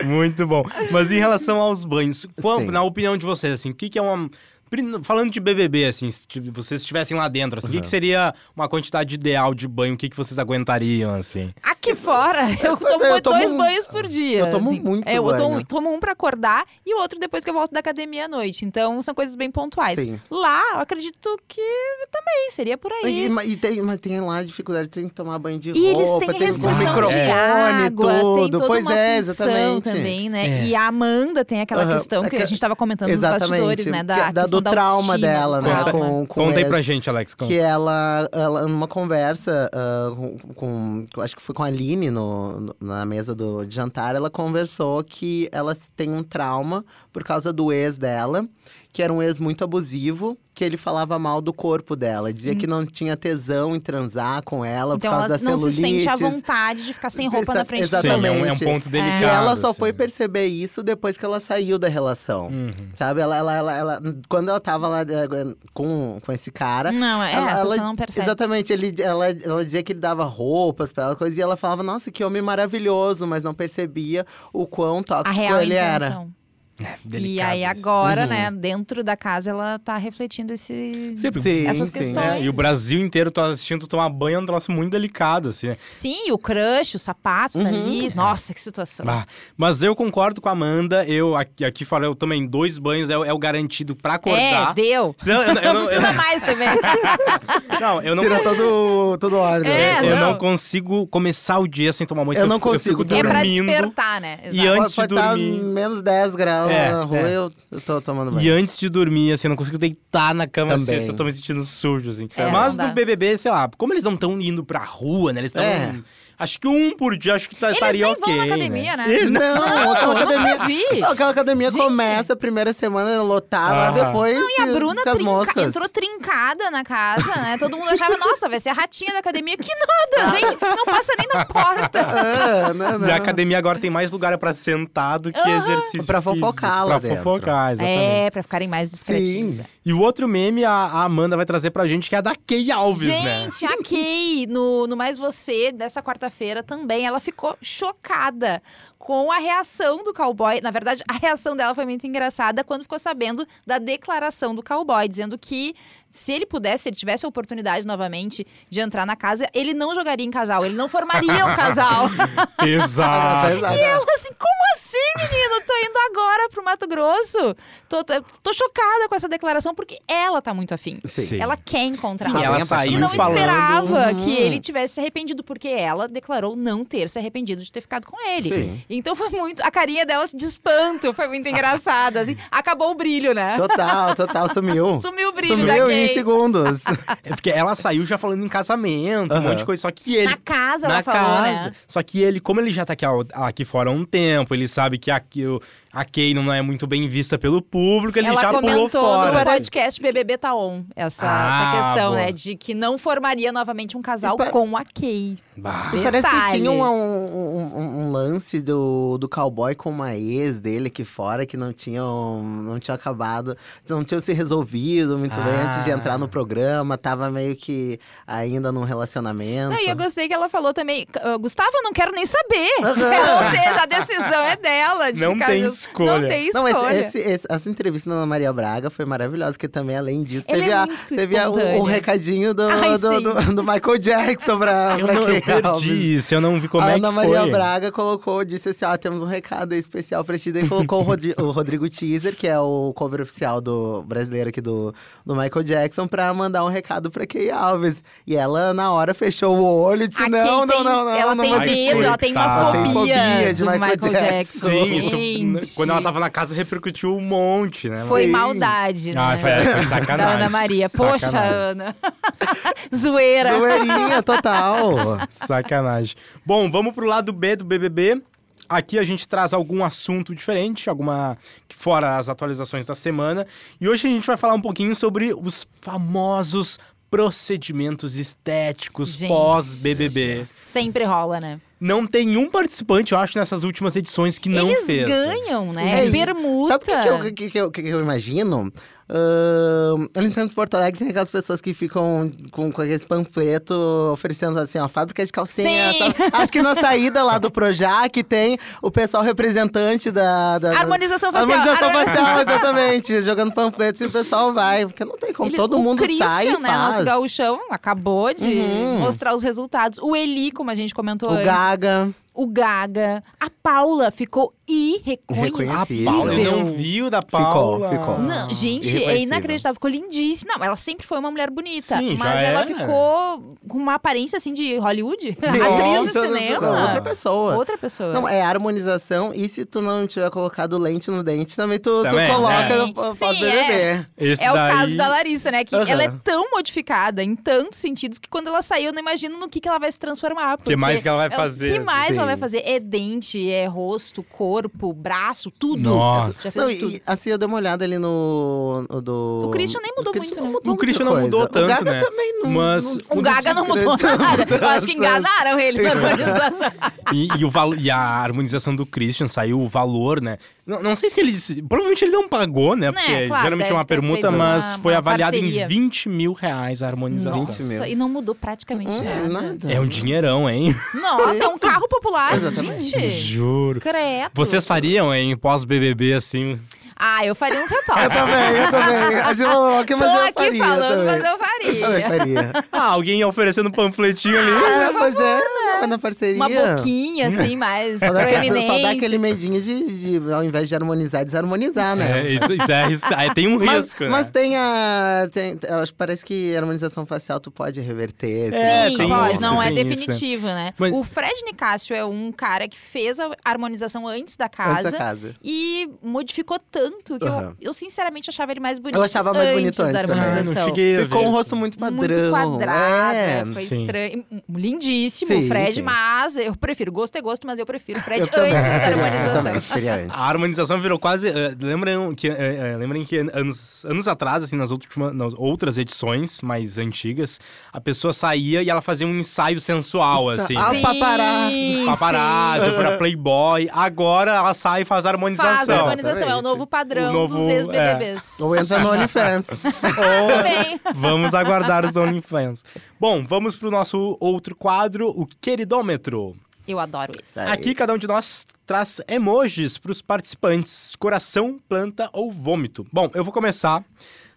A: Muito bom. Mas em relação aos banhos, qual-
C: Sim.
A: na opinião de vocês, assim, o que, que é uma. pri- Falando de BBB, assim, se t- vocês estivessem lá dentro, assim, o que,
C: Uhum.
A: que seria uma quantidade ideal de banho? O que, que vocês aguentariam, assim?
B: Aqui fora, eu
C: Pois
B: tomo,
C: é, eu tomo
B: dois
C: um-
B: banhos por dia.
C: eu tomo muito
B: É, eu tomo,
C: banho.
B: tomo um pra acordar e o outro depois que eu volto da academia à noite. Então, são coisas bem pontuais.
C: Sim.
B: Lá, eu acredito que também seria por
C: E,
B: aí.
C: ma- e tem, mas tem lá a dificuldade, tem que tomar banho de
B: E eles
C: roupa,
B: têm
C: tem
B: restrição
C: microfone,
B: de água, tem
C: tudo.
B: toda
C: pois
B: uma
C: é,
B: função
C: exatamente.
B: também, né?
A: É.
B: E a Amanda tem aquela
C: Aham,
B: questão que
C: é que-
B: a gente tava comentando
C: exatamente.
B: nos bastidores, né? Da,
C: que- é da-
B: questão
C: do
B: da
C: trauma
B: autoestima,
C: dela, né?
B: trauma.
C: Com, com
A: Conta aí pra
C: esse-
A: gente, Alex. Conta.
C: Que ela, ela numa conversa ah, com- com, eu Acho que foi com a Aline no, no- na mesa do de jantar, ela conversou que ela s- tem um trauma por causa do ex dela, que era um ex muito abusivo, que ele falava mal do corpo dela, dizia que não tinha tesão em transar com ela
B: Hum. Então
C: por causa
B: ela
C: da
B: não se
C: celulite.
B: sente à vontade de ficar sem roupa na frente do
A: Sim, é um- é, um,
C: exatamente.
A: ponto delicado.
C: E ela só
A: assim.
C: foi perceber isso depois que ela saiu da relação.
A: Uhum.
C: Sabe? Ela, ela, ela, ela- quando ela tava lá eh, com, com esse cara,
B: Não, é,
C: Né? Ela-
B: a pessoa
C: ela-
B: não percebe.
C: Exatamente, ele, ela, ela dizia que ele dava roupas pra ela, coisa, e ela falava, nossa, que homem maravilhoso, mas não percebia o quão
B: A
C: tóxico
B: real
C: ele era.
B: intenção. E
A: Delicado
B: aí
A: isso.
B: agora,
C: Uhum.
B: né, dentro da casa, ela tá refletindo esse...
A: Sempre.
C: Sim,
B: Essas
C: sim.
B: questões.
A: É, e o Brasil inteiro tá assistindo tomar banho é um troço muito delicado, assim. né?
B: Sim, o crush, o sapato
C: Uhum.
B: tá ali. Nossa, que situação.
A: Bah, Mas eu concordo com a Amanda. Eu aqui, aqui fora, eu também, dois banhos é, o- é o garantido pra
B: é,
A: acordar.
B: deu.
A: Senão, eu, não- eu
B: Não
A: não, eu
B: precisa mais também.
A: não- não, eu não,
C: Tira todo, todo né? ordem.
B: É,
A: eu
B: não.
A: não consigo começar o dia sem tomar banho.
C: Eu
A: senão
C: não
A: fico-
C: consigo
A: fico
B: é pra
A: dormindo.
B: despertar, né? Exato.
A: E antes de
C: Pode estar
A: dormir.
C: menos 10 graus
A: É,
C: na rua,
A: é.
C: eu, eu tô tomando
A: E
C: banho.
A: antes de dormir, assim, eu não consigo deitar na cama
C: Também.
A: assim, eu tô me sentindo sujo, assim.
B: É,
A: Mas
B: não dá.
A: no BBB, sei lá, como eles não estão indo pra rua, né? Eles estão.
C: É.
A: Acho que um por dia, acho que tá,
B: Eles
A: estaria
B: nem
A: ok.
B: vão na academia,
C: É,
B: né?
A: Eles-
C: Não,
B: Não,
C: aquela
B: eu
C: academia,
B: nunca vi.
C: aquela academia
B: Gente.
C: começa a primeira semana lotada,
A: Aham.
C: depois
B: E a Bruna
C: com as
B: trinca-
C: moscas.
B: entrou trincada na casa, né? Todo mundo achava, nossa, vai ser a ratinha da academia. Que nada, nem, não passa nem na porta.
C: Ah, não, não.
A: E a academia agora tem mais lugar pra sentar do que
B: Aham.
A: exercício.
C: Pra fofocar
A: físico.
C: lá
A: Pra
C: dentro.
A: fofocar, exatamente.
B: É, pra ficarem mais discretinhos.
C: Sim.
B: é.
A: E o outro meme a, a Amanda vai trazer pra gente, que é a da Kay Alves, né?
B: Gente, a Kay, no, no Mais Você, dessa quarta-feira também, ela ficou chocada com a reação do cowboy. Na verdade, a reação dela foi muito engraçada quando ficou sabendo da declaração do cowboy, dizendo que se ele pudesse, se ele tivesse a oportunidade novamente de entrar na casa, ele não jogaria em casal, ele não formaria um casal.
A: Exato.
B: E ela assim, como assim, menino? Tô indo agora pro Mato Grosso. Tô, tô, tô chocada com essa declaração, porque ela tá muito afim.
A: Sim.
B: Ela quer encontrar.
A: Sim,
B: alguém.
A: ela
C: bem
A: saiu
B: E não
A: falando.
B: esperava
C: Uhum.
B: que ele tivesse se arrependido, porque ela declarou não ter se arrependido de ter ficado com ele.
C: Sim.
B: Então foi muito. A carinha dela de espanto foi muito engraçada. assim. acabou o brilho, né?
C: Total, total,
A: Então,
C: sumiu.
B: Sumiu o brilho da
C: Sumiu em
B: gay.
C: segundos.
A: É porque ela saiu já falando em casamento, um
C: Aham.
A: monte de coisa. Só que ele.
B: Na casa,
A: na
B: ela falou,
A: casa.
B: né?
A: Só que ele, como ele já tá aqui, ao- aqui fora há um tempo, ele sabe que aqui, o- a Kay não é muito bem vista pelo público, ele
B: ela
A: já pulou
B: comentou
A: fora.
B: no podcast BBB Tá On, essa,
A: Ah,
B: essa questão,
A: boa.
B: né? De que não formaria novamente um casal
C: E pa-
B: com a Kay.
A: Bah.
C: E parece que
B: Detalhe.
C: tinha um, um- um- um lance do, do cowboy com uma ex dele aqui fora que não tinham, não tinham acabado, não tinham se resolvido muito bem
A: Ah.
C: antes de entrar no programa, tava meio que ainda num relacionamento.
A: Então
B: Não, e eu
A: tá.
B: gostei que ela falou também, "C- ah, Gustavo, eu não quero nem saber. Ou seja, a decisão é dela. De
A: Não
B: ficar
A: tem
B: junto.
A: escolha.
B: Não tem
C: Não,
B: é escolha.
C: esse- esse- esse- essa entrevista da Ana Maria Braga foi maravilhosa, porque também, além disso,
B: Ela
C: teve,
B: é
C: a-
B: muito
C: teve a- o, o
B: espontânea.
C: recadinho do,
B: Ai,
C: do-
B: sim.
C: do- do Michael Jackson pra,
A: Eu,
C: pra
A: não, eu
C: Kay Alves.
A: perdi isso, eu não vi como
C: a
A: é que
C: Ana Maria
A: foi.
C: Braga colocou, disse assim: ó, temos um recado aí especial pra ti. Daí colocou o, Rodri- o Rodrigo Teaser, que é o cover oficial do brasileiro aqui do, do Michael Jackson, pra mandar um recado pra Kay Alves. E ela, na hora, fechou o olho e disse:
B: A
C: não,
B: Kay
C: não,
B: tem-
C: não, não.
B: Ela
C: não
B: tem
C: vai
B: medo,
C: ser.
B: ela tem uma
A: Ela tem
B: fobia,
C: fobia de
B: do
C: Michael
B: Michael
C: Jackson.
B: Jackson.
A: Sim, isso. né,
B: Gente.
A: Quando ela tava na casa, repercutiu um monte, né?
B: Foi
C: Sim.
B: maldade, né?
A: Ah, foi, foi
B: da
A: sacanagem.
B: Ana Maria. Poxa,
A: Sacanagem.
B: Ana. Zoeira.
C: Zoeirinha total.
A: Sacanagem. Bom, vamos pro lado B do BBB. Aqui a gente traz algum assunto diferente, alguma fora as atualizações da semana. E hoje a gente vai falar um pouquinho sobre os famosos procedimentos estéticos
B: Gente.
A: pós BBB.
B: Sempre rola, né?
A: Não tem um participante, eu acho, nessas últimas edições que não
B: Eles
A: fez.
B: ganham, né?
C: Mas-
B: Permuta.
C: Sabe o que, que eu, que, que eu, que eu imagino? Ahn, ali no centro de Porto Alegre tem aquelas pessoas que ficam com, com aqueles panfleto oferecendo assim, ó, fábrica de calcinha.
B: Sim.
C: sabe? Acho que na saída lá do Projac tem o pessoal representante da. da
B: Harmonização assim,
C: da-
B: facial.
C: harmonização assim,
B: harmoni-
C: facial, exatamente. Jogando panfletos e o pessoal vai. Porque não tem como,
B: Ele-
C: todo
B: o
C: mundo
B: Christian,
C: sai e
B: né, nosso
C: faz.
B: gaúchão, acabou de
C: Uhum.
B: mostrar os resultados. O Eli, como a gente comentou
C: o
B: antes.
C: Gaga.
B: O Gaga. A Paula ficou
A: A
C: Irreconhecível.
B: irreconhecível.
A: Paula, eu não viu da
C: Ficou,
A: Paula.
C: ficou.
B: Não, gente, é
C: irreconhecível.
B: inacreditável. Ficou lindíssima. Não, ela sempre foi uma mulher bonita.
A: Sim, já é.
B: mas ela
A: era.
B: ficou com uma aparência, assim, de Hollywood.
A: Nossa,
B: Atriz de
A: sou
B: cinema.
C: Outra pessoa.
B: Outra pessoa.
C: Não, é harmonização. E se tu não tiver colocado lente no dente, também tu, tu
A: Também,
C: coloca
B: né?
C: no pós
B: Sim,
C: BBB.
A: Esse
B: é o
A: daí-
B: caso da Larissa, né? Que
C: Aham.
B: ela é tão modificada em tantos sentidos que quando ela sair, eu não imagino no que, que ela vai se transformar.
A: que mais que ela vai
B: É,
A: fazer?
B: O que mais
C: assim?
B: ela vai fazer? É dente, é rosto, corpo, braço, tudo.
A: Nossa.
B: Já fez
C: Não,
B: de tudo.
C: e, assim, eu dei uma olhada ali no. no do...
B: O Christian nem mudou
C: o
B: muito,
C: Christian não
B: né?
C: mudou
A: O Christian
C: muita
A: não mudou
C: coisa.
A: tanto,
C: O Gaga
A: né?
C: também não.
A: Mas-
B: O Gaga não mudou
C: tinha
B: nada. Eu acho que
C: mudança.
B: enganaram ele com a harmonização.
A: E, e o valo- e a harmonização do Christian saiu o valor, né? Não, não sei se ele. se- Provavelmente ele não pagou, né?
B: Né,
A: Porque
B: claro,
A: geralmente é
B: deve
A: uma
B: ter
A: permuta,
B: feito uma-
A: mas foi
B: uma
A: avaliado em
B: parceria.
A: 20 mil reais a harmonização.
C: Nossa. mil.
B: Nossa, e não mudou praticamente
C: Hum,
B: nada.
C: nada.
A: É um dinheirão, hein?
B: Nossa, é um carro popular,
C: Exatamente.
B: gente.
A: Juro.
B: Credo.
A: Vocês fariam, hein? Pós-BBB, assim.
B: Ah, eu faria uns
C: Eu
B: retoques.
C: também, É, eu também. A Gil falou que,
B: Tô
C: mas eu
B: aqui
C: faria.
B: falando,
C: também.
B: mas eu
C: Eu também
B: faria.
C: faria.
A: Ah, alguém oferecendo um panfletinho ali.
C: Ah, pois é, né? na parceria.
B: Uma boquinha, assim, mais
C: Só dá, aquele, só dá
B: proeminente.
C: aquele medinho de, de, ao invés de harmonizar, desarmonizar, né?
A: É, isso, isso é, isso é- tem um
C: Mas,
A: risco, né?
C: mas tem a. Tem, eu acho, parece que a harmonização facial tu pode reverter. Tipo,
A: É,
B: Sim,
A: tem
B: pode,
A: isso,
B: não é
A: tem isso.
B: definitivo, né?
A: Mas-
B: O Fred Nicásio é um cara que fez a harmonização antes da
C: Antes
B: casa.
C: da casa.
B: E modificou tanto que
C: Aham.
B: eu, eu sinceramente achava ele mais bonito.
C: Eu achava mais bonito
B: da
C: antes também.
A: ah, não
B: harmonização.
A: cheguei a
C: Ficou
A: ver.
C: um rosto muito padrão.
B: Muito quadrado,
C: é.
B: é, foi
A: Sim.
B: estranho. Hum, Lindíssimo o
C: Sim,
B: Fred,
C: sim.
B: mas eu prefiro. Gosto é gosto, mas eu prefiro o Fred
C: Eu
B: antes
C: também,
B: da
C: preferia- eu também,
B: harmonização.
C: preferia antes.
A: A harmonização virou quase. eh, lembram que, eh, eh, lembrem que anos, anos atrás, assim, nas, última, nas outras edições mais antigas, a pessoa saía e ela fazia um ensaio sensual, assim.
C: Ah,
B: Sim,
C: paparazzo.
B: sim.
A: Paparazzo, pra Playboy. Agora ela sai e faz a harmonização.
B: Faz a harmonização, é o
C: Exatamente.
B: novo padrão
A: O novo-
B: dos ex-BBBs.
C: é. Ou entra no OnlyFans.
A: Ou-
B: Bem,
A: vamos aguardar os OnlyFans. Bom, vamos pro nosso outro quadro, o Que Queridômetro.
B: Eu adoro isso.
C: Tá. Aí.
A: Aqui cada um de nós traz emojis para os participantes: coração, planta ou vômito. Bom, eu vou começar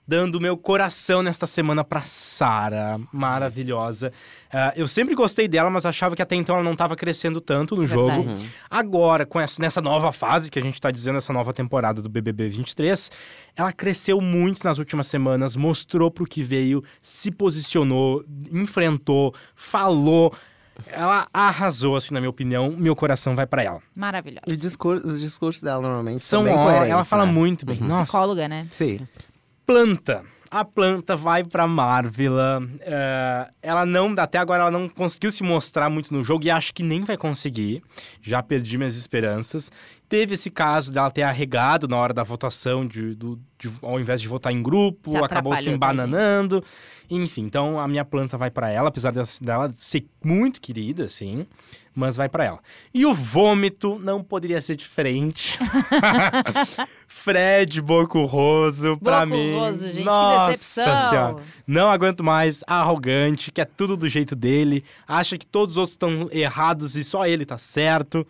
A: dando meu coração nesta semana para Sara, maravilhosa. Ah, eu sempre gostei dela, mas achava que até então ela não estava crescendo tanto no
B: Verdade.
A: jogo.
C: Uhum.
A: Agora, com essa, nessa nova fase que a gente tá dizendo, essa nova temporada do BBB 23, ela cresceu muito nas últimas semanas, mostrou pro que veio, se posicionou, enfrentou, falou. Ela arrasou, assim, na minha opinião. Meu coração vai pra ela.
B: Maravilhosa.
C: E discur- os discursos dela normalmente
A: São
C: são bem
A: ó-
C: coerentes.
A: Ela fala
C: né?
A: muito bem. Nossa.
B: Psicóloga, né?
C: Sim.
A: Planta. A planta vai pra Marvila. É, ela não, até agora, ela não conseguiu se mostrar muito no jogo e acho que nem vai conseguir. Já perdi minhas esperanças. Teve esse caso dela ter arregado na hora da votação, de, do- de- ao invés de votar em grupo,
B: Se
A: acabou se
B: atrapalhou,
A: embananando. Enfim, então a minha planta vai pra ela, apesar dela- dela ser muito querida, assim, mas vai pra ela. E o vômito não poderia ser diferente. Fred Bocurroso, pra mim.
B: Bocurroso, gente,
A: Nossa
B: que decepção.
A: Senhora. Não aguento mais, arrogante, quer tudo do jeito dele, acha que todos os outros estão errados e só ele tá certo.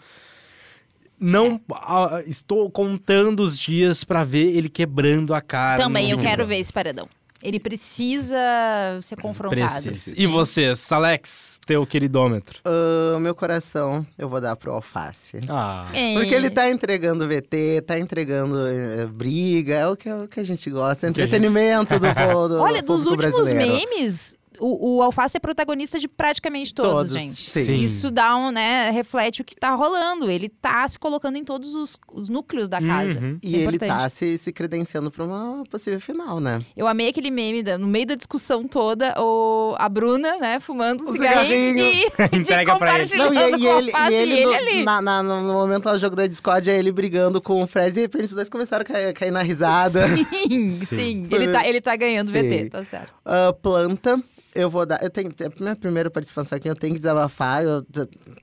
A: Não, ah, estou contando os dias pra ver ele quebrando a cara.
B: Também
A: no
B: eu
A: Big
B: quero
A: Brother.
B: ver esse paredão. Ele precisa ser confrontado.
A: Precisa. E vocês, Alex, teu queridômetro?
C: Ah, meu coração, eu vou dar pro alface.
A: Ah.
B: É.
C: Porque ele tá entregando VT, tá entregando eh, briga, é o que, é o que a gente gosta, é
A: Que a gente-
C: entretenimento do povo. do
B: Olha, dos
C: público
B: últimos
C: brasileiro.
B: memes, o, o Alface é protagonista de praticamente todos,
C: Todos,
B: gente.
C: sim.
A: Sim.
B: Isso dá um, né, reflete o que tá rolando. Ele tá se colocando em todos os, os núcleos da casa.
A: Uhum.
B: Isso
C: E
B: é
C: ele
B: importante.
C: tá se, se credenciando pra uma possível final, né?
B: Eu amei aquele meme, da- no meio da discussão toda, o, a Bruna, né, fumando um
C: O
B: cigarrinho,
C: cigarrinho.
B: e de
A: Entrega pra ele.
B: compartilhando
C: e,
B: com o
C: ele,
B: Alface
C: e ele no,
B: assim, é ali.
C: na- na- no momento do jogo da Discord, é ele brigando com o Fred, de repente os dois começaram a cair, cair na risada.
B: Sim,
A: Sim.
B: sim. Ele tá, ele tá ganhando
C: Sim.
B: VT, tá certo.
C: Ah, planta. Eu vou dar. Eu tenho, é a minha primeira participação aqui, eu tenho que desabafar. eu-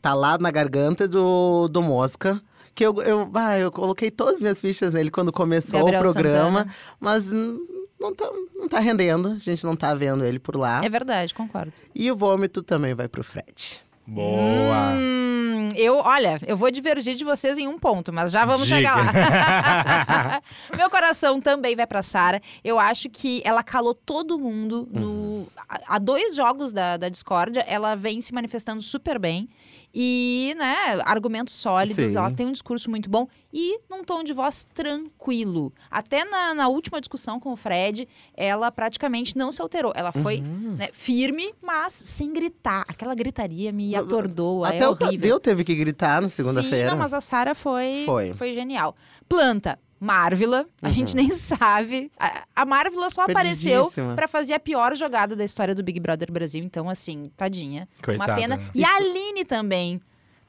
C: tá lá na garganta do, do Mosca. Que eu, eu, ah, eu coloquei todas as minhas fichas nele quando começou
B: Gabriel
C: o programa.
B: Santana.
C: Mas hum, não tá, não tá rendendo. A gente não tá vendo ele por lá.
B: É verdade, concordo.
C: E o vômito também vai pro Fred.
A: Boa.
B: Hum, eu, olha, eu vou divergir de vocês em um ponto, mas já vamos
A: Diga.
B: chegar lá. Meu coração também vai pra Sara. Eu acho que ela calou todo mundo
A: Uhum.
B: no há- há dois jogos da, da discórdia, ela vem se manifestando super bem. E, né, argumentos sólidos,
C: Sim.
B: ela tem um discurso muito bom e num tom de voz tranquilo. Até na, na última discussão com o Fred, ela praticamente não se alterou. Ela foi
C: Uhum.
B: né, firme, mas sem gritar. Aquela gritaria me
C: Eu-
B: atordoa,
C: Até
B: é
C: o
B: horrível.
C: Tadeu teve que gritar na
B: Sim,
C: segunda-feira.
B: não, mas a Sara foi, foi.
C: Foi. Uhum.
B: genial. Planta, Marvila, a gente nem sabe. A, a Marvila só apareceu
C: Perdidíssima.
B: pra fazer a pior jogada da história do Big Brother Brasil. Então, assim, tadinha.
A: Coitada.
B: Uma pena.
A: né?
B: E a Aline também.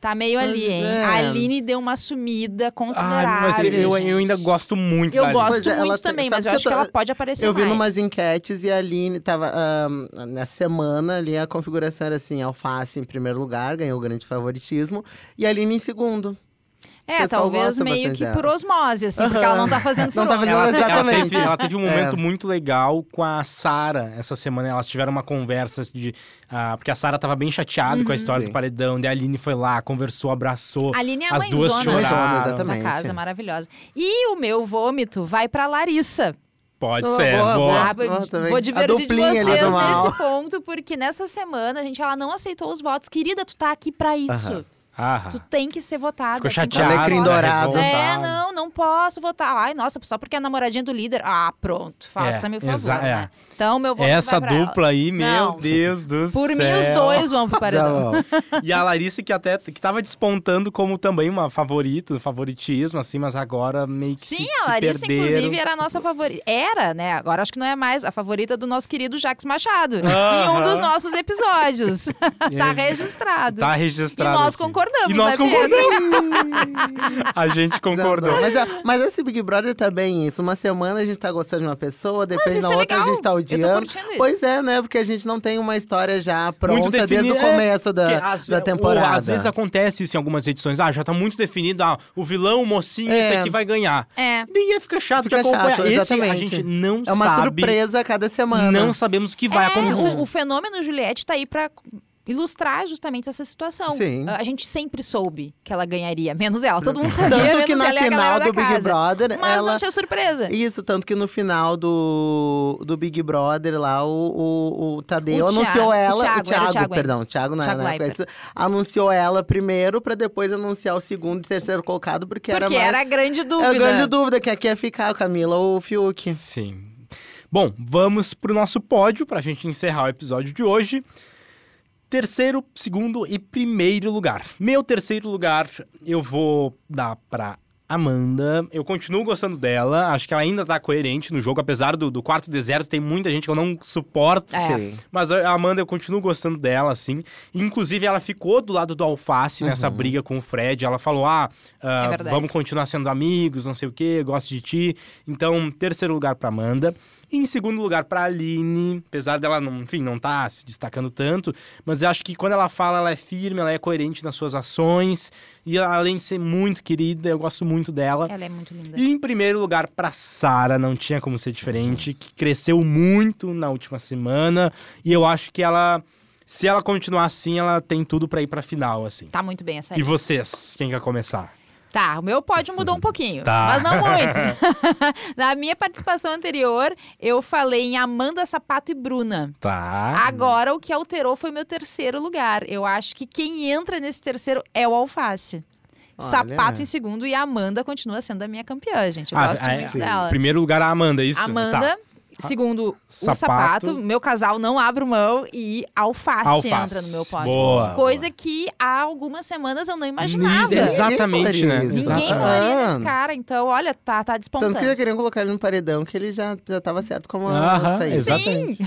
B: Tá meio
C: Pois
B: ali, hein?
C: é.
B: A Aline deu uma sumida
A: Ah,
B: considerável.
A: mas eu,
B: gente.
A: eu ainda gosto muito
B: Eu
A: da Alice.
B: gosto
C: Pois é, ela
B: muito
C: tem-
B: também,
C: sabe
B: mas eu
C: que eu
B: acho que
C: tô-
B: ela pode aparecer
C: Eu vi
B: mais.
C: numas enquetes e a Aline tava. ah, na semana ali, a configuração era assim: alface em primeiro lugar, ganhou o grande favoritismo, e a Aline em segundo. O
B: É,
C: pessoal
B: talvez
C: gosta
B: meio
C: bastante
B: que
C: dela.
B: por osmose, assim, porque
C: Aham.
B: ela não tá fazendo por
C: Não tá
B: onde.
C: fazendo
A: Ela, te- ela
C: Exatamente.
A: teve, ela teve um
C: É.
A: momento muito legal com a Sara essa semana. Elas tiveram uma conversa de. ah, porque a Sara tava bem chateada
B: Uhum.
A: com a história
C: Sim.
A: do paredão. Daí a Aline foi lá, conversou, abraçou.
B: A Aline é a
A: As duas
B: mãezona
A: choraram.
C: Mãezona,
B: da
C: exatamente.
B: casa, maravilhosa. E o meu vômito vai pra Larissa.
A: Pode
C: Boa,
A: ser, boa.
C: boa,
B: Ah,
C: boa.
B: vou-
C: boa também.
B: vou
C: tá A
B: divertir de
C: duplinha ali
B: vocês
C: do mal.
B: nesse ponto, porque nessa semana, gente, ela não aceitou os votos. Querida, tu tá aqui pra isso.
C: Aham.
A: Ah,
B: Tu tem que ser votada.
A: ficou
B: assim,
A: chateada.
B: como
C: Alecrim
B: ela
A: né?
B: é.
C: dourado.
B: É,
A: Revoltada.
B: não, não posso votar. Ai, nossa, só porque é a namoradinha do líder. Ah, pronto, faça-me o favor.
A: exa- é.
B: né? Então, meu voto
A: Essa
B: vai pra ela.
A: dupla aí, meu
B: Não.
A: Deus do céu.
B: Por mim, os dois vão pro
C: Já
B: paredão.
C: vão.
A: E a Larissa, que até que tava despontando como também uma favorita, favoritismo, assim, mas agora meio que
B: Sim,
A: se,
B: a
A: se
B: Larissa,
A: perderam.
B: inclusive, era a nossa favorita. Era, né? Agora acho que não é mais a favorita do nosso querido Jax Machado. Em um
A: Aham.
B: dos nossos episódios. tá registrado.
A: Tá
B: E
A: registrado.
B: nós
A: aqui.
B: concordamos,
A: E nós
B: né, Pedro?
A: concordamos. a gente concordou.
C: Mas, é- mas esse Big Brother tá bem isso. Uma semana a gente tá gostando de uma pessoa, depois
B: isso
C: na
B: é
C: outra
B: legal.
C: a gente tá
B: Eu tô
C: odiando.
B: curtindo isso.
C: Pois é, né? Porque a gente não tem uma história já pronta desde
A: definida,
C: o
A: é,
C: começo
A: Porque
C: da,
A: às-
C: da
A: ou
C: temporada.
A: às vezes acontece isso em algumas edições. Ah, já tá muito definido. Ah, o vilão, o mocinho,
C: É.
A: esse aqui vai ganhar.
B: É.
A: E daí fica chato
C: Fica
A: de acompanhar.
C: chato,
A: esse a
C: exatamente.
A: gente não
C: é uma
A: sabe.
C: surpresa a cada semana.
A: Não sabemos o que vai
B: É,
A: acontecer.
B: O, o fenômeno Juliette tá aí pra ilustrar justamente essa situação.
C: Sim.
B: A gente sempre soube que ela ganharia, menos ela. Todo mundo sabia,
C: Tanto
B: menos
C: que na
B: ela e é a galera
C: final
B: da
C: do Big
B: casa.
C: Brother,
B: Mas é?
C: ela.
B: não tinha surpresa.
C: Isso, tanto que no final do, do Big Brother lá, o, o, o Tadeu
B: O Thiago-
C: anunciou
B: o
C: ela.
B: Thiago, era o Thiago, é.
C: perdão, o Thiago na,
B: Thiago
C: na época, isso, Anunciou ela primeiro pra depois anunciar o segundo e terceiro colocado, porque, era
B: porque
C: mais.
B: era a grande dúvida.
C: Era grande dúvida que aqui ia ficar a Camila ou o Fiuk.
A: Sim. Bom, vamos pro nosso pódio pra gente encerrar o episódio de hoje. Terceiro, segundo e primeiro lugar. Meu terceiro lugar eu vou dar pra Amanda. Eu continuo gostando dela, acho que ela ainda tá coerente no jogo, apesar do, do quarto deserto, tem muita gente que eu não suporto.
B: É.
C: Sim.
A: Mas a Amanda, eu continuo gostando dela, assim. Inclusive, ela ficou do lado do Alface nessa
C: Uhum.
A: briga com o Fred. Ela falou: ah, ah,
B: É verdade.
A: vamos continuar sendo amigos, não sei o quê, gosto de ti. Então, terceiro lugar pra Amanda. E em segundo lugar pra Aline, apesar dela, não, enfim, não tá se destacando tanto. Mas eu acho que quando ela fala, ela é firme, ela é coerente nas suas ações. E ela, além de ser muito querida, eu gosto muito dela.
B: Ela é muito linda.
A: E em primeiro lugar pra Sara, não tinha como ser diferente, que cresceu muito na última semana e eu acho que ela, se ela continuar assim, ela tem tudo pra ir pra final assim.
B: Tá muito bem essa
A: E
B: aí.
A: vocês, quem quer começar?
B: Tá, o meu pódio mudou um pouquinho,
A: Tá.
B: mas não muito. Na minha participação anterior, eu falei em Amanda Sapato e Bruna.
A: Tá.
B: Agora, o que alterou foi o meu terceiro lugar. Eu acho que quem entra nesse terceiro é o Alface.
C: Olha.
B: Sapato em segundo e a Amanda continua sendo a minha campeã, gente. Eu
A: Ah,
B: gosto
A: é,
B: muito
C: sim.
B: dela.
A: Primeiro lugar a Amanda, isso.
B: Amanda,
A: Tá.
B: segundo o
A: Sapato.
B: sapato, meu casal não abro mão e alface,
A: Alface.
B: entra no meu pódio.
A: Boa.
B: Coisa que há algumas semanas eu não imaginava.
A: Ninguém- Exatamente,
C: falaria
A: né?
C: isso.
B: Ninguém
A: Exatamente.
B: falaria desse
C: Ah.
B: cara, então olha, tá, tá despontando.
C: Tanto que já queriam colocar ele no paredão, que ele já, já tava certo como
A: Aham,
C: saída.
A: exatamente.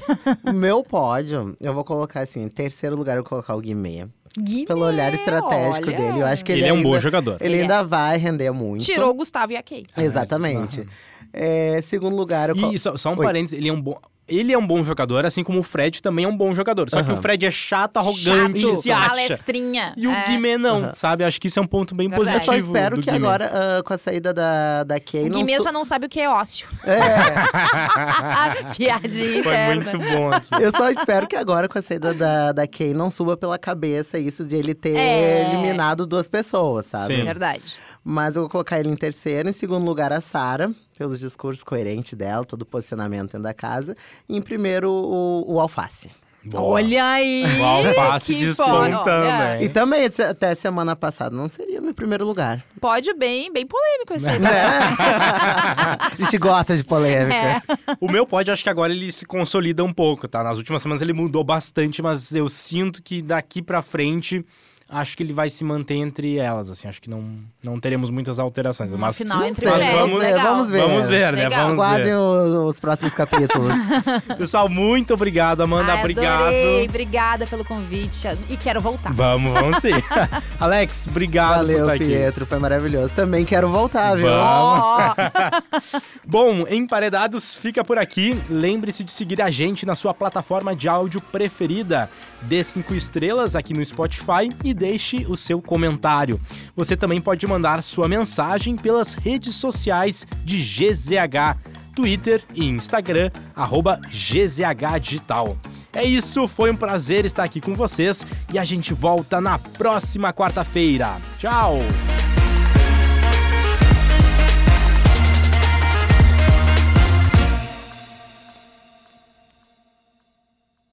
C: O meu pódio, eu vou colocar assim, em terceiro lugar eu vou colocar o Guimê.
B: Guimê,
C: Pelo olhar estratégico
B: olha.
C: dele, eu acho que
A: Ele,
C: ele,
A: é um
C: ainda,
A: bom jogador.
C: Ele
B: Ele é.
C: ainda vai render muito.
B: Tirou o Gustavo e a Kay.
C: Exatamente. É, segundo lugar, eu colo-
A: E só, só um
C: Oi.
A: parênteses, ele é um bom ele é um bom jogador, assim como o Fred também é um bom jogador. Só que
C: Aham.
A: o Fred é chato, arrogante,
B: Chato,
A: se acha.
B: palestrinha.
A: E o
B: É.
A: Guimê não,
C: Aham.
A: sabe? Acho que isso é um ponto bem
B: Verdade.
A: positivo.
C: eu só espero
A: do
C: que
A: Guimê.
C: agora, ah, com a saída da, da Kay,
B: O
C: não
B: Guimê
C: su-
B: já não sabe o que é ócio.
C: É,
B: Ah, Piadinha
A: Foi
B: interna.
A: muito bom aqui.
C: eu só espero que agora, com a saída da, da Kay, não suba pela cabeça isso de ele ter
B: É.
C: eliminado duas pessoas, sabe?
A: Sim.
B: Verdade.
C: Mas eu vou colocar ele em terceiro. Em segundo lugar, a Sara, pelos discursos coerentes dela, todo o posicionamento dentro da casa. E em primeiro, o, o Alface.
A: Boa.
B: Olha aí.
A: O alface
B: que
A: despontando,
B: foda. Olha,
A: né?
C: E também, se- até semana passada, não seria meu primeiro lugar.
B: Pódio bem, bem polêmico esse aí.
C: Né? a gente gosta de polêmica.
B: É.
A: O meu pódio, acho que agora ele se consolida um pouco, tá? Nas últimas semanas ele mudou bastante, mas eu sinto que daqui pra frente, acho que ele vai se manter entre elas, assim. Acho que não, não teremos muitas alterações.
B: No
A: mas
B: final, entre
A: mas
B: elas,
A: vamos,
B: legal.
C: vamos ver.
A: vamos ver, né?
B: Legal.
A: Vamos
C: Aguardem
A: ver.
C: o- os próximos capítulos.
A: Pessoal, muito obrigado, Amanda.
B: Ai, adorei,
A: obrigado.
B: Obrigada pelo convite e quero voltar.
A: Vamos, vamos sim. Alex, obrigado por
C: Valeu,
A: estar Tá, aqui.
C: Pietro. Foi maravilhoso. Também quero voltar, viu?
A: Vamos.
B: Ó,
A: Bom, Emparedados fica por aqui. Lembre-se de seguir a gente na sua plataforma de áudio preferida. Dê cinco estrelas aqui no Spotify e deixe o seu comentário. Você também pode mandar sua mensagem pelas redes sociais de GZH, Twitter e Instagram, arroba GZH Digital. É isso, foi um prazer estar aqui com vocês e a gente volta na próxima quarta-feira. Tchau!